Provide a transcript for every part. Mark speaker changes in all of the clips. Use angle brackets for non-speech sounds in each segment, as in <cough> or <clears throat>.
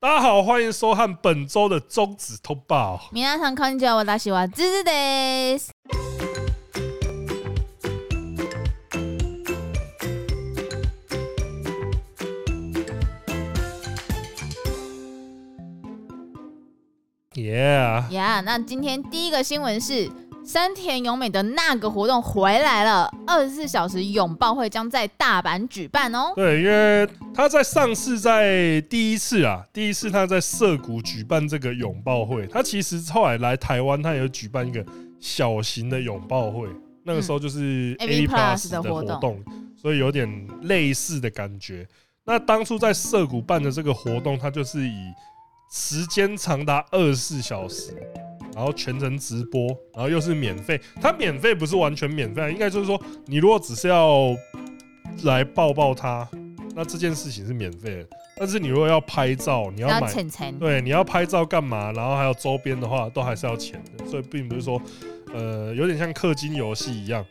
Speaker 1: 大家好，欢迎收看本周的中指通报。
Speaker 2: 皆さんこんにちは、私はズズです。
Speaker 1: Yeah，
Speaker 2: 呀、那今天第一个新闻是山田勇美的那个活动回来了，二十四小时拥抱会将在大阪举办哦。
Speaker 1: 对，因为他在上次在第一次啊，第一次他在涩谷举办这个拥抱会，他其实后来来台湾，他也有举办一个小型的拥抱会，那个时候就是嗯 A
Speaker 2: AV
Speaker 1: Plus
Speaker 2: Plus
Speaker 1: 的
Speaker 2: 的
Speaker 1: 活
Speaker 2: 活动
Speaker 1: 动，所以有点类似的感觉。那当初在涩谷办的这个活动，它就是以时间长达二十四小时，然后全程直播，然后又是免费。它免费不是完全免费，应该就是说，你如果只是要来抱抱它，那这件事情是免费的。但是你如果要拍照，你要
Speaker 2: 然后
Speaker 1: 买
Speaker 2: 浅浅，
Speaker 1: 对，你要拍照干嘛？然后还有周边的话，都还是要钱的，所以并不是说，呃，有点像氪金游戏一样，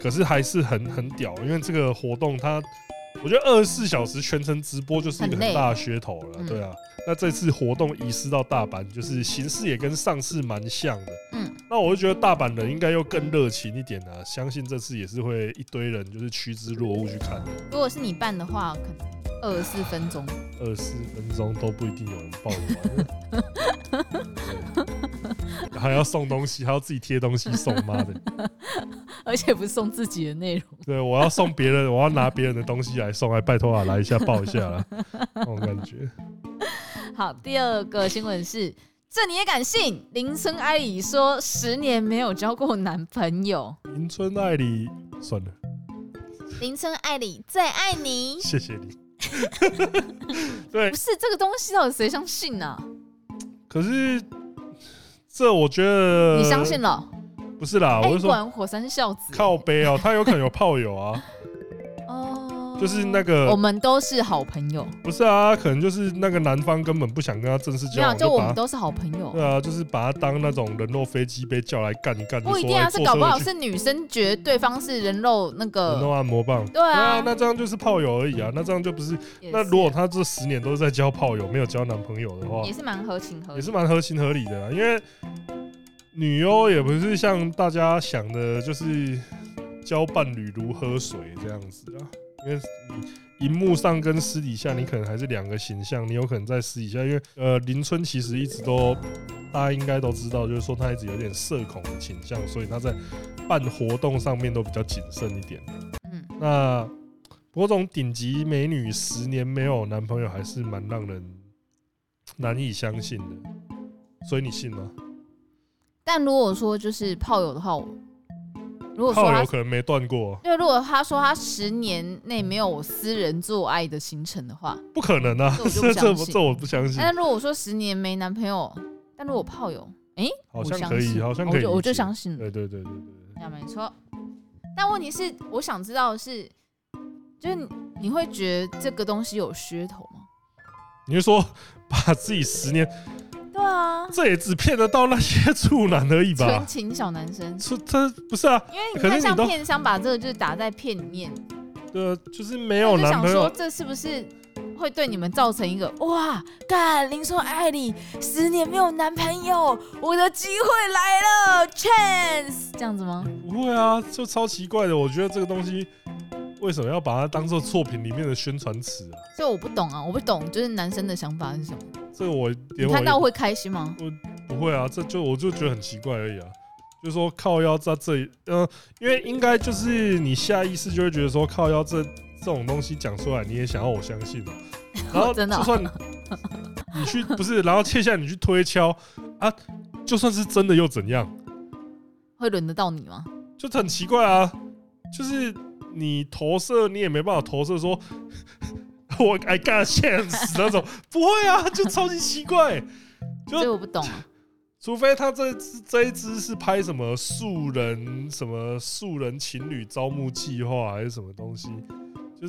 Speaker 1: 可是还是很很屌，因为这个活动它，我觉得二十四小时全程直播就是一个
Speaker 2: 很
Speaker 1: 很
Speaker 2: 累
Speaker 1: 大的噱头了，
Speaker 2: 嗯
Speaker 1: 对啊。那这次活动移师到大阪，就是形式也跟上次蛮像的，
Speaker 2: 嗯，
Speaker 1: 那我就觉得大阪人应该又更热情一点啊，相信这次也是会一堆人就是趋之若鹜去看的，
Speaker 2: 如果是你办的话，可能二十四分钟。
Speaker 1: 二十分钟都不一定有人抱得完，对还要送东西，还要自己贴东西送，妈的！
Speaker 2: <laughs> 而且不是送自己的内容。
Speaker 1: 对我要送别人，我要拿别人的东西来送，还拜托啊，来一下抱一下啦，那种感觉。
Speaker 2: 好，第二个新闻是，这你也敢信？林森爱里说十年没有交过男朋友。
Speaker 1: 迎春爱里，算了，
Speaker 2: 林森爱里再爱你，
Speaker 1: 谢谢你。对
Speaker 2: 不，是这个东西到底谁相信啊呢、
Speaker 1: 可是这我觉得
Speaker 2: 你相信了？
Speaker 1: 不是啦，
Speaker 2: 哎、
Speaker 1: 我是
Speaker 2: 果
Speaker 1: 说
Speaker 2: 然火山孝子。
Speaker 1: 靠背哦，他有可能有炮友啊，
Speaker 2: 哦，
Speaker 1: 就是那
Speaker 2: 我
Speaker 1: 个
Speaker 2: 们都是好朋友，
Speaker 1: 不是啊，可能就是那个男方根本不想跟他正式
Speaker 2: 没
Speaker 1: 交
Speaker 2: 有，啊
Speaker 1: 往，
Speaker 2: 就我
Speaker 1: 把他
Speaker 2: 们都是好朋友
Speaker 1: 对。啊，就是把他当那种人肉飞机被叫来干一干，就
Speaker 2: 不一
Speaker 1: 说
Speaker 2: 定啊，
Speaker 1: 哎
Speaker 2: 是
Speaker 1: 坐
Speaker 2: 搞
Speaker 1: 车
Speaker 2: 不好
Speaker 1: 去
Speaker 2: 是女生觉得对方是人肉那
Speaker 1: 人
Speaker 2: 个
Speaker 1: 肉。按摩棒。
Speaker 2: 对啊，
Speaker 1: 那这样就是炮友而已啊，那这样就不是。
Speaker 2: 也
Speaker 1: 那
Speaker 2: 是啊
Speaker 1: 如果她这十年都是在交炮友，没有交男朋友的话，
Speaker 2: 也是蛮合情合
Speaker 1: 也
Speaker 2: 理
Speaker 1: 是。蛮合情合理的啦。啊因为女优也不是像大家想的，就是交伴侣如喝水这样子啊。因为你荧幕上跟私底下，你可能还是两个形象，你有可能在私底下，因为呃，林春其实一直都。大家应该都知道，就是说她一直有点社恐的倾向，所以她在办活动上面都比较谨慎一点。
Speaker 2: 嗯，
Speaker 1: 那不过这种顶级美女十年没有男朋友，还是蛮让人难以相信的。所以你信吗？
Speaker 2: 但如果说就是炮友的话，我如果说啊
Speaker 1: 炮
Speaker 2: 他
Speaker 1: 友可能没断过，
Speaker 2: 因为如果他说他十年内没有我私人做爱的行程的话，
Speaker 1: 不可能啊！
Speaker 2: 这我就不
Speaker 1: 这 <laughs> 这不
Speaker 2: 相信哎
Speaker 1: 这我不相信，
Speaker 2: 但如果我说十年没男朋友，但如果炮友，诶，
Speaker 1: 好
Speaker 2: 我
Speaker 1: 像
Speaker 2: 相
Speaker 1: 可以，
Speaker 2: 信
Speaker 1: 好像
Speaker 2: 我
Speaker 1: 可以理
Speaker 2: 就
Speaker 1: 解，
Speaker 2: 我就相信了，
Speaker 1: 对对对对对，
Speaker 2: 那没错。但问题是，我想知道的是，就是你你会觉得这个东西有噱头吗？
Speaker 1: 你是说把自己十年，
Speaker 2: 对啊，
Speaker 1: 这也只骗得到那些处男而已
Speaker 2: 纯
Speaker 1: 吧？
Speaker 2: 情小男生，
Speaker 1: 这这不是啊，
Speaker 2: 因为你
Speaker 1: 可是
Speaker 2: 看
Speaker 1: 你
Speaker 2: 像
Speaker 1: 都
Speaker 2: 片商把这个就是打在片里面，
Speaker 1: 呃，就是没
Speaker 2: 我
Speaker 1: 有
Speaker 2: 就
Speaker 1: 男
Speaker 2: 想
Speaker 1: 朋
Speaker 2: 说
Speaker 1: 友，
Speaker 2: 这是不是会对你们造成一个哇？干林说爱你十年没有男朋友，我的机会来了，chance 这样子吗？
Speaker 1: 不会啊，就超奇怪的。我觉得这个东西为什么要把它当做作品里面的宣传词啊？
Speaker 2: 所以我不懂啊，我不懂，就是男生的想法是什么？
Speaker 1: 这个我
Speaker 2: 你
Speaker 1: 连我
Speaker 2: 看
Speaker 1: 也
Speaker 2: 到会开心吗？
Speaker 1: 不会啊，这就我就觉得很奇怪而已啊。就是说靠腰在这里，呃，因为应该就是你下意识就会觉得说靠腰这这种东西讲出来，你也想要我相
Speaker 2: <laughs>
Speaker 1: 信啊。然后
Speaker 2: 真的哦
Speaker 1: 就算你你去不是，然后接下来你去推敲啊，就算是真的又怎样？
Speaker 2: 会轮得到你吗？
Speaker 1: 就很奇怪啊，就是你投射你也没办法投射说 <laughs> 我 I got a chance 那种，不会啊，就超级奇怪。就
Speaker 2: 所以我不懂啊。
Speaker 1: 除非他这支这一支是拍什么素人什么素人情侣招募计划还是什么东西，就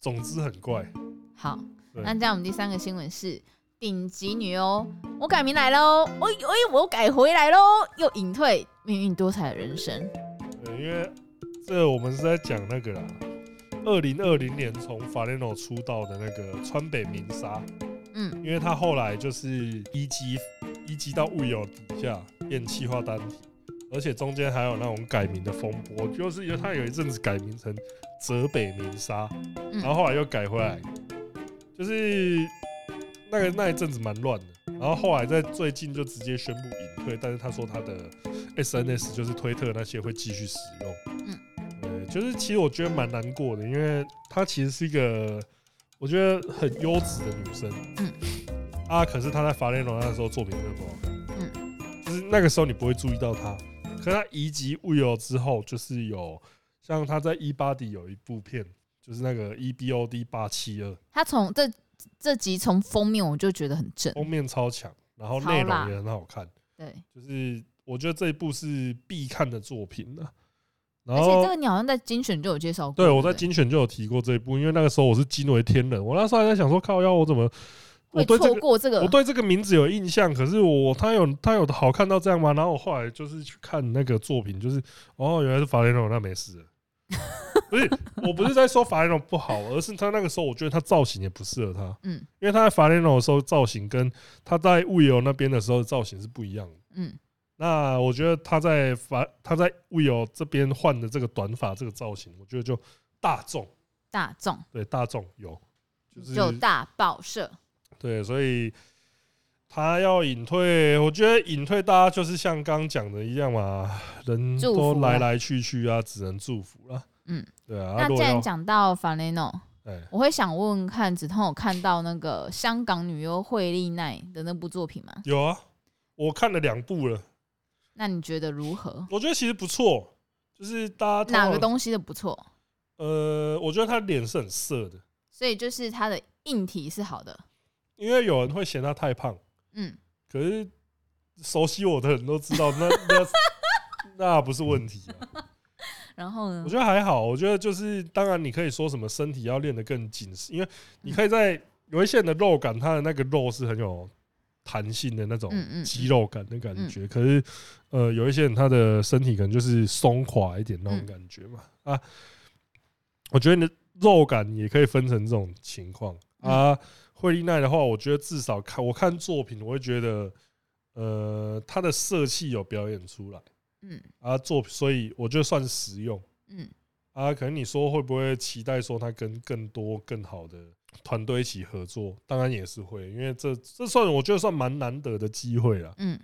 Speaker 1: 总之很怪。
Speaker 2: 好，
Speaker 1: 对
Speaker 2: 那这样我们第三个新闻是。顶级女优，我改名来喽！我我我改回来喽！又隐退命运多彩的人生，
Speaker 1: 对，因为这我们是在讲那个啦，二零二零年从法雷诺出道的那个川北明沙，
Speaker 2: 嗯，
Speaker 1: 因为他后来就是一级一级到物有底下变气化单体，而且中间还有那种改名的风波，就是有他有一阵子改名成泽北明沙，
Speaker 2: 嗯
Speaker 1: 然后后来又改回来，就是那个那一阵子蛮乱的。然后后来在最近就直接宣布隐退，但是他说他的 SNS 就是推特那些会继续使用。
Speaker 2: 嗯
Speaker 1: 嗯，对，就是其实我觉得蛮难过的，因为她其实是一个我觉得很优质的女生。
Speaker 2: 嗯
Speaker 1: 啊，可是她在法雷罗那时候作品真的不好看。
Speaker 2: 嗯
Speaker 1: 就是那个时候你不会注意到她，可是她移籍物流之后，就是有像她在 E 八 D 有一部片，就是那个 E B O D 八七二，
Speaker 2: 他从这这集从封面我就觉得很正，
Speaker 1: 封面超强，然后
Speaker 2: 超
Speaker 1: 内容
Speaker 2: 辣
Speaker 1: 也很好看。
Speaker 2: 对，
Speaker 1: 就是我觉得这一部是必看的作品了。然
Speaker 2: 而且这
Speaker 1: 后
Speaker 2: 个，你好像在精选就有介绍过，
Speaker 1: 哦对我
Speaker 2: 不
Speaker 1: 在精选就有提过这一部，因为那个时候我是惊为天人，我那时候还在想说，靠腰我怎么我
Speaker 2: 会
Speaker 1: 对这
Speaker 2: 错
Speaker 1: 个
Speaker 2: 过这个
Speaker 1: 我，对这个名字有印象，可是我他有他有好看到这样吗？然后我后来就是去看那个作品，就是哦，原来是法雷诺，那没事了。不是，我不是在说法雷诺不好，而是他那个时候我觉得他造型也不适合他，
Speaker 2: 嗯
Speaker 1: 因为他在法雷诺的时候造型跟他在物游那边的时候的造型是不一样的。
Speaker 2: 嗯
Speaker 1: 那我觉得他在法他在物游这边换的这个短发这个造型，我觉得就大众
Speaker 2: 大众
Speaker 1: 对大众有，就是
Speaker 2: 就大报社，
Speaker 1: 对，所以他要隐退，我觉得隐退大家就是像刚讲的一样嘛，人
Speaker 2: 祝
Speaker 1: 都
Speaker 2: 福
Speaker 1: 来
Speaker 2: 啊
Speaker 1: 来去去啊，只能祝福了。
Speaker 2: 嗯，
Speaker 1: 对啊，啊
Speaker 2: 那
Speaker 1: 如
Speaker 2: 既
Speaker 1: 果
Speaker 2: 然
Speaker 1: 要
Speaker 2: 讲到 f a n e n o
Speaker 1: 哎，
Speaker 2: 我会想问问看，子通有看到那个香港女优惠丽奈的那部作品吗？
Speaker 1: 有啊，我看了两部了，
Speaker 2: 那你觉得如何？
Speaker 1: 我觉得其实不错，就是大家
Speaker 2: 哪
Speaker 1: 通
Speaker 2: 个
Speaker 1: 常
Speaker 2: 东西的不错？
Speaker 1: 呃，我觉得他脸是很色的，
Speaker 2: 所以就是它的硬体是好的，
Speaker 1: 因为有人会嫌他太胖，
Speaker 2: 嗯，
Speaker 1: 可是熟悉我的人都知道，那那 <laughs> 那不是问题、啊。
Speaker 2: 然后呢
Speaker 1: 我？觉得还好，我觉得就是，当然你可以说什么身体要练得更紧实，因为你可以在有一些人的肉感，它的那个肉是很有弹性的那种
Speaker 2: 嗯嗯嗯
Speaker 1: 肌肉感的感觉。可是，呃，有一些人他的身体可能就是松垮一点那种
Speaker 2: 嗯
Speaker 1: 感觉嘛。啊，我觉得你的肉感也可以分成这种情况
Speaker 2: 嗯
Speaker 1: 啊。惠丽奈的话，我觉得至少看我看作品，我会觉得，呃，她的色气有表演出来
Speaker 2: 嗯
Speaker 1: 啊，作品，所以我觉得算实用。
Speaker 2: 嗯
Speaker 1: 啊，可能你说会不会期待说他跟更多更好的团队一起合作？当然也是会，因为这这算我觉得算蛮难得的机会了。
Speaker 2: 嗯，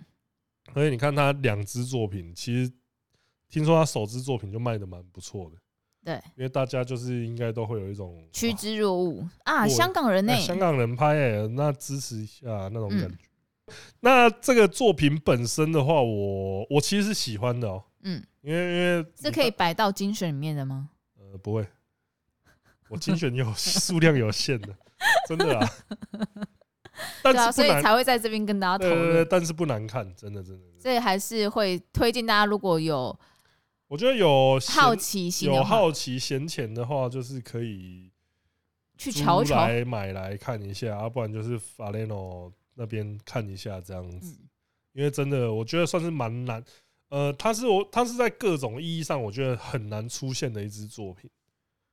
Speaker 1: 而且你看他两支作品，其实听说他首支作品就卖的蛮不错的，
Speaker 2: 对，
Speaker 1: 因为大家就是应该都会有一种
Speaker 2: 趋
Speaker 1: 啊
Speaker 2: 之若鹜
Speaker 1: 我
Speaker 2: 啊，香港人呢、
Speaker 1: 哎香港人拍哎、那支持一下那种感
Speaker 2: 嗯
Speaker 1: 觉。那这个作品本身的话，我我其实是喜欢的哦、
Speaker 2: 嗯，
Speaker 1: 因为因为
Speaker 2: 这
Speaker 1: 你
Speaker 2: 可以
Speaker 1: 看
Speaker 2: 摆到精选里面的吗？
Speaker 1: 呃，不会，我精选有 <laughs> 数量有限的，真的
Speaker 2: <laughs>
Speaker 1: 啊。但
Speaker 2: 对啊，
Speaker 1: 是
Speaker 2: 所
Speaker 1: 不
Speaker 2: 以
Speaker 1: 难，
Speaker 2: 才会在这边跟大家
Speaker 1: 对
Speaker 2: 讨
Speaker 1: 对对，
Speaker 2: 论。
Speaker 1: 但是不难看，真的真的。真的
Speaker 2: 所以还是会推荐大家，如果有
Speaker 1: 我觉得有
Speaker 2: 好
Speaker 1: 闲
Speaker 2: 奇心
Speaker 1: 有
Speaker 2: 的话，
Speaker 1: 好奇闲钱的话，就是可以
Speaker 2: 去
Speaker 1: 租
Speaker 2: 瞧瞧。
Speaker 1: 来买来看一下，啊，不然就是法雷诺那边看一下这样子。
Speaker 2: 嗯
Speaker 1: 因为真的，我觉得算是蛮难。呃，它是我，它是在各种意义上，我觉得很难出现的一支作品。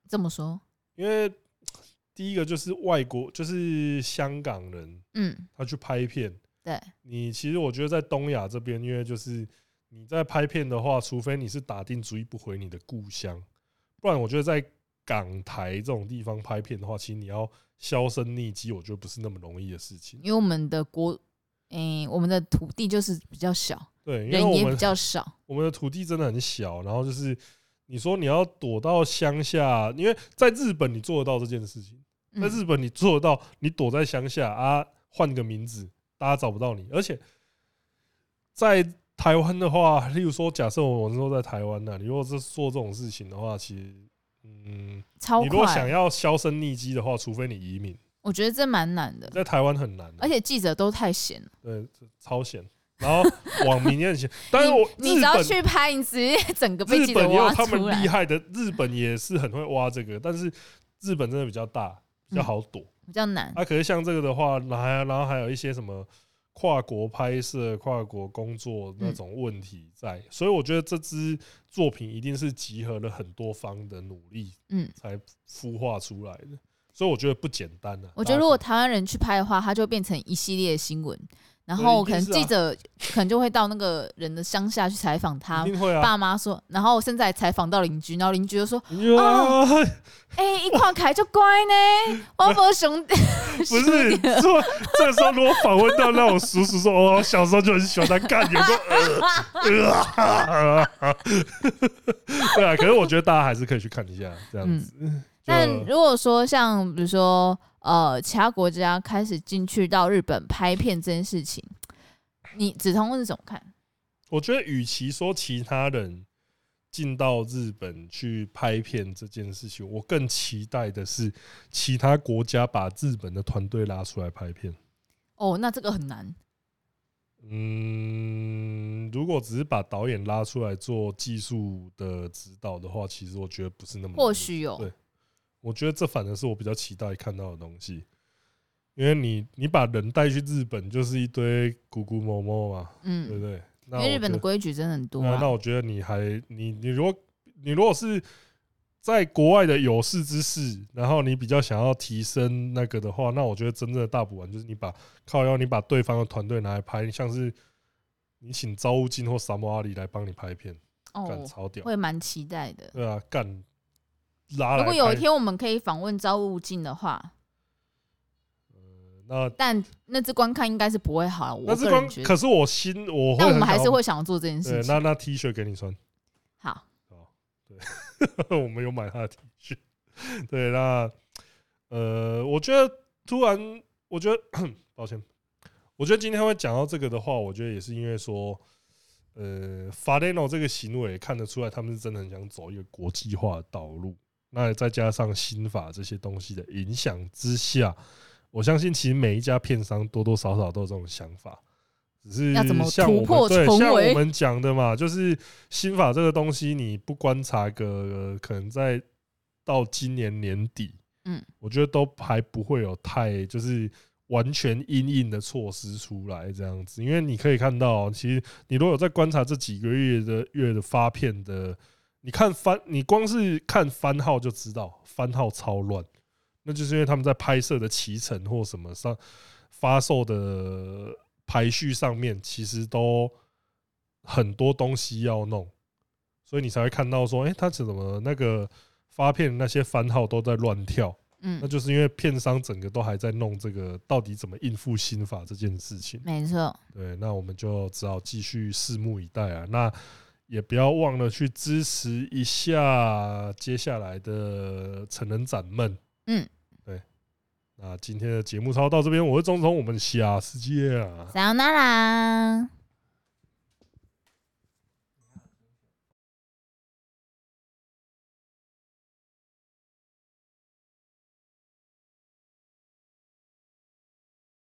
Speaker 2: 这么说，
Speaker 1: 因为第一个就是外国，就是香港人，
Speaker 2: 嗯，
Speaker 1: 他去拍片。
Speaker 2: 对，
Speaker 1: 你其实我觉得在东亚这边，因为就是你在拍片的话，除非你是打定主意不回你的故乡，不然我觉得在港台这种地方拍片的话，其实你要销声匿迹，我觉得不是那么容易的事情。
Speaker 2: 因为我们的国，诶、我们的土地就是比较小，
Speaker 1: 对，因为
Speaker 2: 人
Speaker 1: 我
Speaker 2: 也比
Speaker 1: 们
Speaker 2: 较少。
Speaker 1: 我们的土地真的很小，然后就是你说你要躲到乡下，因为在日本你做得到这件事情。在
Speaker 2: 嗯
Speaker 1: 日本你做得到，你躲在乡下啊，换个名字，大家找不到你。而且在台湾的话，例如说，假设我们说在台湾呢、啊你如果是做这种事情的话，其实，嗯，
Speaker 2: 超
Speaker 1: 你如果想
Speaker 2: 快，
Speaker 1: 要销声匿迹的话，除非你移民，
Speaker 2: 我觉得这蛮难的，
Speaker 1: 在台湾很难、啊，
Speaker 2: 而且记者都太闲了。
Speaker 1: 对，这超险。然后网民也很
Speaker 2: <laughs>
Speaker 1: 闲，但是我
Speaker 2: 你你
Speaker 1: 日
Speaker 2: 只要
Speaker 1: 本
Speaker 2: 去拍，你直接 <laughs> 整个被
Speaker 1: 日
Speaker 2: 记者
Speaker 1: 本也有
Speaker 2: 挖
Speaker 1: 他们
Speaker 2: 出来
Speaker 1: 厉，害的，日本也是很会挖这个，但是日本真的比较大，比较
Speaker 2: 嗯
Speaker 1: 好躲。
Speaker 2: 比较难。
Speaker 1: 啊，可是像这个的话，然后还然后还有一些什么跨国拍摄、跨国工作那种问题在，所以我觉得这支作品一定是集合了很多方的努力，
Speaker 2: 嗯，
Speaker 1: 才孵化出来的。所以我觉得不简单啊。
Speaker 2: 我觉得如果台湾人去拍的话，它就会变成一系列的新闻，然后可
Speaker 1: 对一
Speaker 2: 能
Speaker 1: 定是啊
Speaker 2: 记者可能就会到那个人的乡下去采访
Speaker 1: 大家
Speaker 2: 他
Speaker 1: 一定会啊，
Speaker 2: 爸妈，说，然后甚至还采访到邻居，然后邻居就说
Speaker 1: 你就
Speaker 2: <laughs>
Speaker 1: 啊，
Speaker 2: 哎、一看起来就乖呢，我无熊，
Speaker 1: <laughs> 不是呃说这时候如果访问到那种叔叔说，哦，小时候就很喜欢他干，有个呃呃， <laughs> 对啊，可是我觉得大家还是可以去看一下这样子。就
Speaker 2: 嗯
Speaker 1: 啊
Speaker 2: 但如果说像比如说呃，其他国家开始进去到日本拍片这件事情，你子通是怎么看？
Speaker 1: 我觉得，与其说其他人进到日本去拍片这件事情，我更期待的是其他国家把日本的团队拉出来拍片。
Speaker 2: 哦，那这个很难，
Speaker 1: 嗯，如果只是把导演拉出来做技术的指导的话，其实我觉得不是那么。
Speaker 2: 或，许有
Speaker 1: 对我觉得这反而是我比较期待看到的东西，因为你你把人带去日本，就是一堆咕咕摸摸嘛，对不
Speaker 2: 嗯，
Speaker 1: 对？那
Speaker 2: 因
Speaker 1: 我
Speaker 2: 为日本
Speaker 1: 觉
Speaker 2: 的
Speaker 1: 得
Speaker 2: 规矩真的很多、
Speaker 1: 那
Speaker 2: 啊
Speaker 1: 嗯那。我觉得你还你你如果你如果是在国外的有识之士，然后你比较想要提升那个的话，那我觉得真正的大补丸就是你把靠腰，你把对方的团队拿来拍，像是你请招物金或萨摩阿里来帮你拍片，干
Speaker 2: 哦，
Speaker 1: 超屌，
Speaker 2: 会蛮期待的。
Speaker 1: 对啊，干拉来
Speaker 2: 如果有一
Speaker 1: 拍，
Speaker 2: 天我们可以访问招物镜的话，
Speaker 1: 那
Speaker 2: 但那只观看应该是不会好了。我
Speaker 1: 那是
Speaker 2: 个
Speaker 1: 光
Speaker 2: 人觉，
Speaker 1: 可
Speaker 2: 得，
Speaker 1: 是我心我会
Speaker 2: 但我们
Speaker 1: 很
Speaker 2: 还
Speaker 1: 想
Speaker 2: 是
Speaker 1: 要
Speaker 2: 会想要做这件
Speaker 1: 对
Speaker 2: 事，情。
Speaker 1: 那那 T 恤给你穿。
Speaker 2: 好，
Speaker 1: <laughs> 我们有买他的 T 恤。 <laughs> 对，那呃，我觉得突然，我觉得 <clears throat> 抱歉，我觉得今天会讲到这个的话，我觉得也是因为说，呃，法雷诺这个行为看得出来，他们是真的很想走一个国际化的道路。那再加上新法这些东西的影响之下，我相信其实每一家片商多多少少都有这种想法，只是
Speaker 2: 要怎么
Speaker 1: 像我
Speaker 2: 突破
Speaker 1: 们对
Speaker 2: 重
Speaker 1: 像
Speaker 2: 围
Speaker 1: 我们讲的嘛，就是新法这个东西，你不观察个、呃可能在到今年年底，
Speaker 2: 嗯，
Speaker 1: 我觉得都还不会有太就是完全阴应的措施出来这样子，因为你可以看到，其实你如果有在观察这几个月的月的发片的，你看番，你光是看番号就知道番号超乱，那就是因为他们在拍摄的期程或什么上发售的排序上面，其实都很多东西要弄，所以你才会看到说，哎、他怎么那个发片那些番号都在乱跳。那
Speaker 2: 嗯，
Speaker 1: 就是因为片商整个都还在弄这个到底怎么应付新法这件事情。
Speaker 2: 没错。
Speaker 1: 对，那我们就只好继续拭目以待啊。那也不要忘了去支持一下接下来的成人展们。
Speaker 2: 嗯，
Speaker 1: 对。那今天的节目差不多到这边，我是钟总，我们下次见啊。
Speaker 2: 撒由那啦。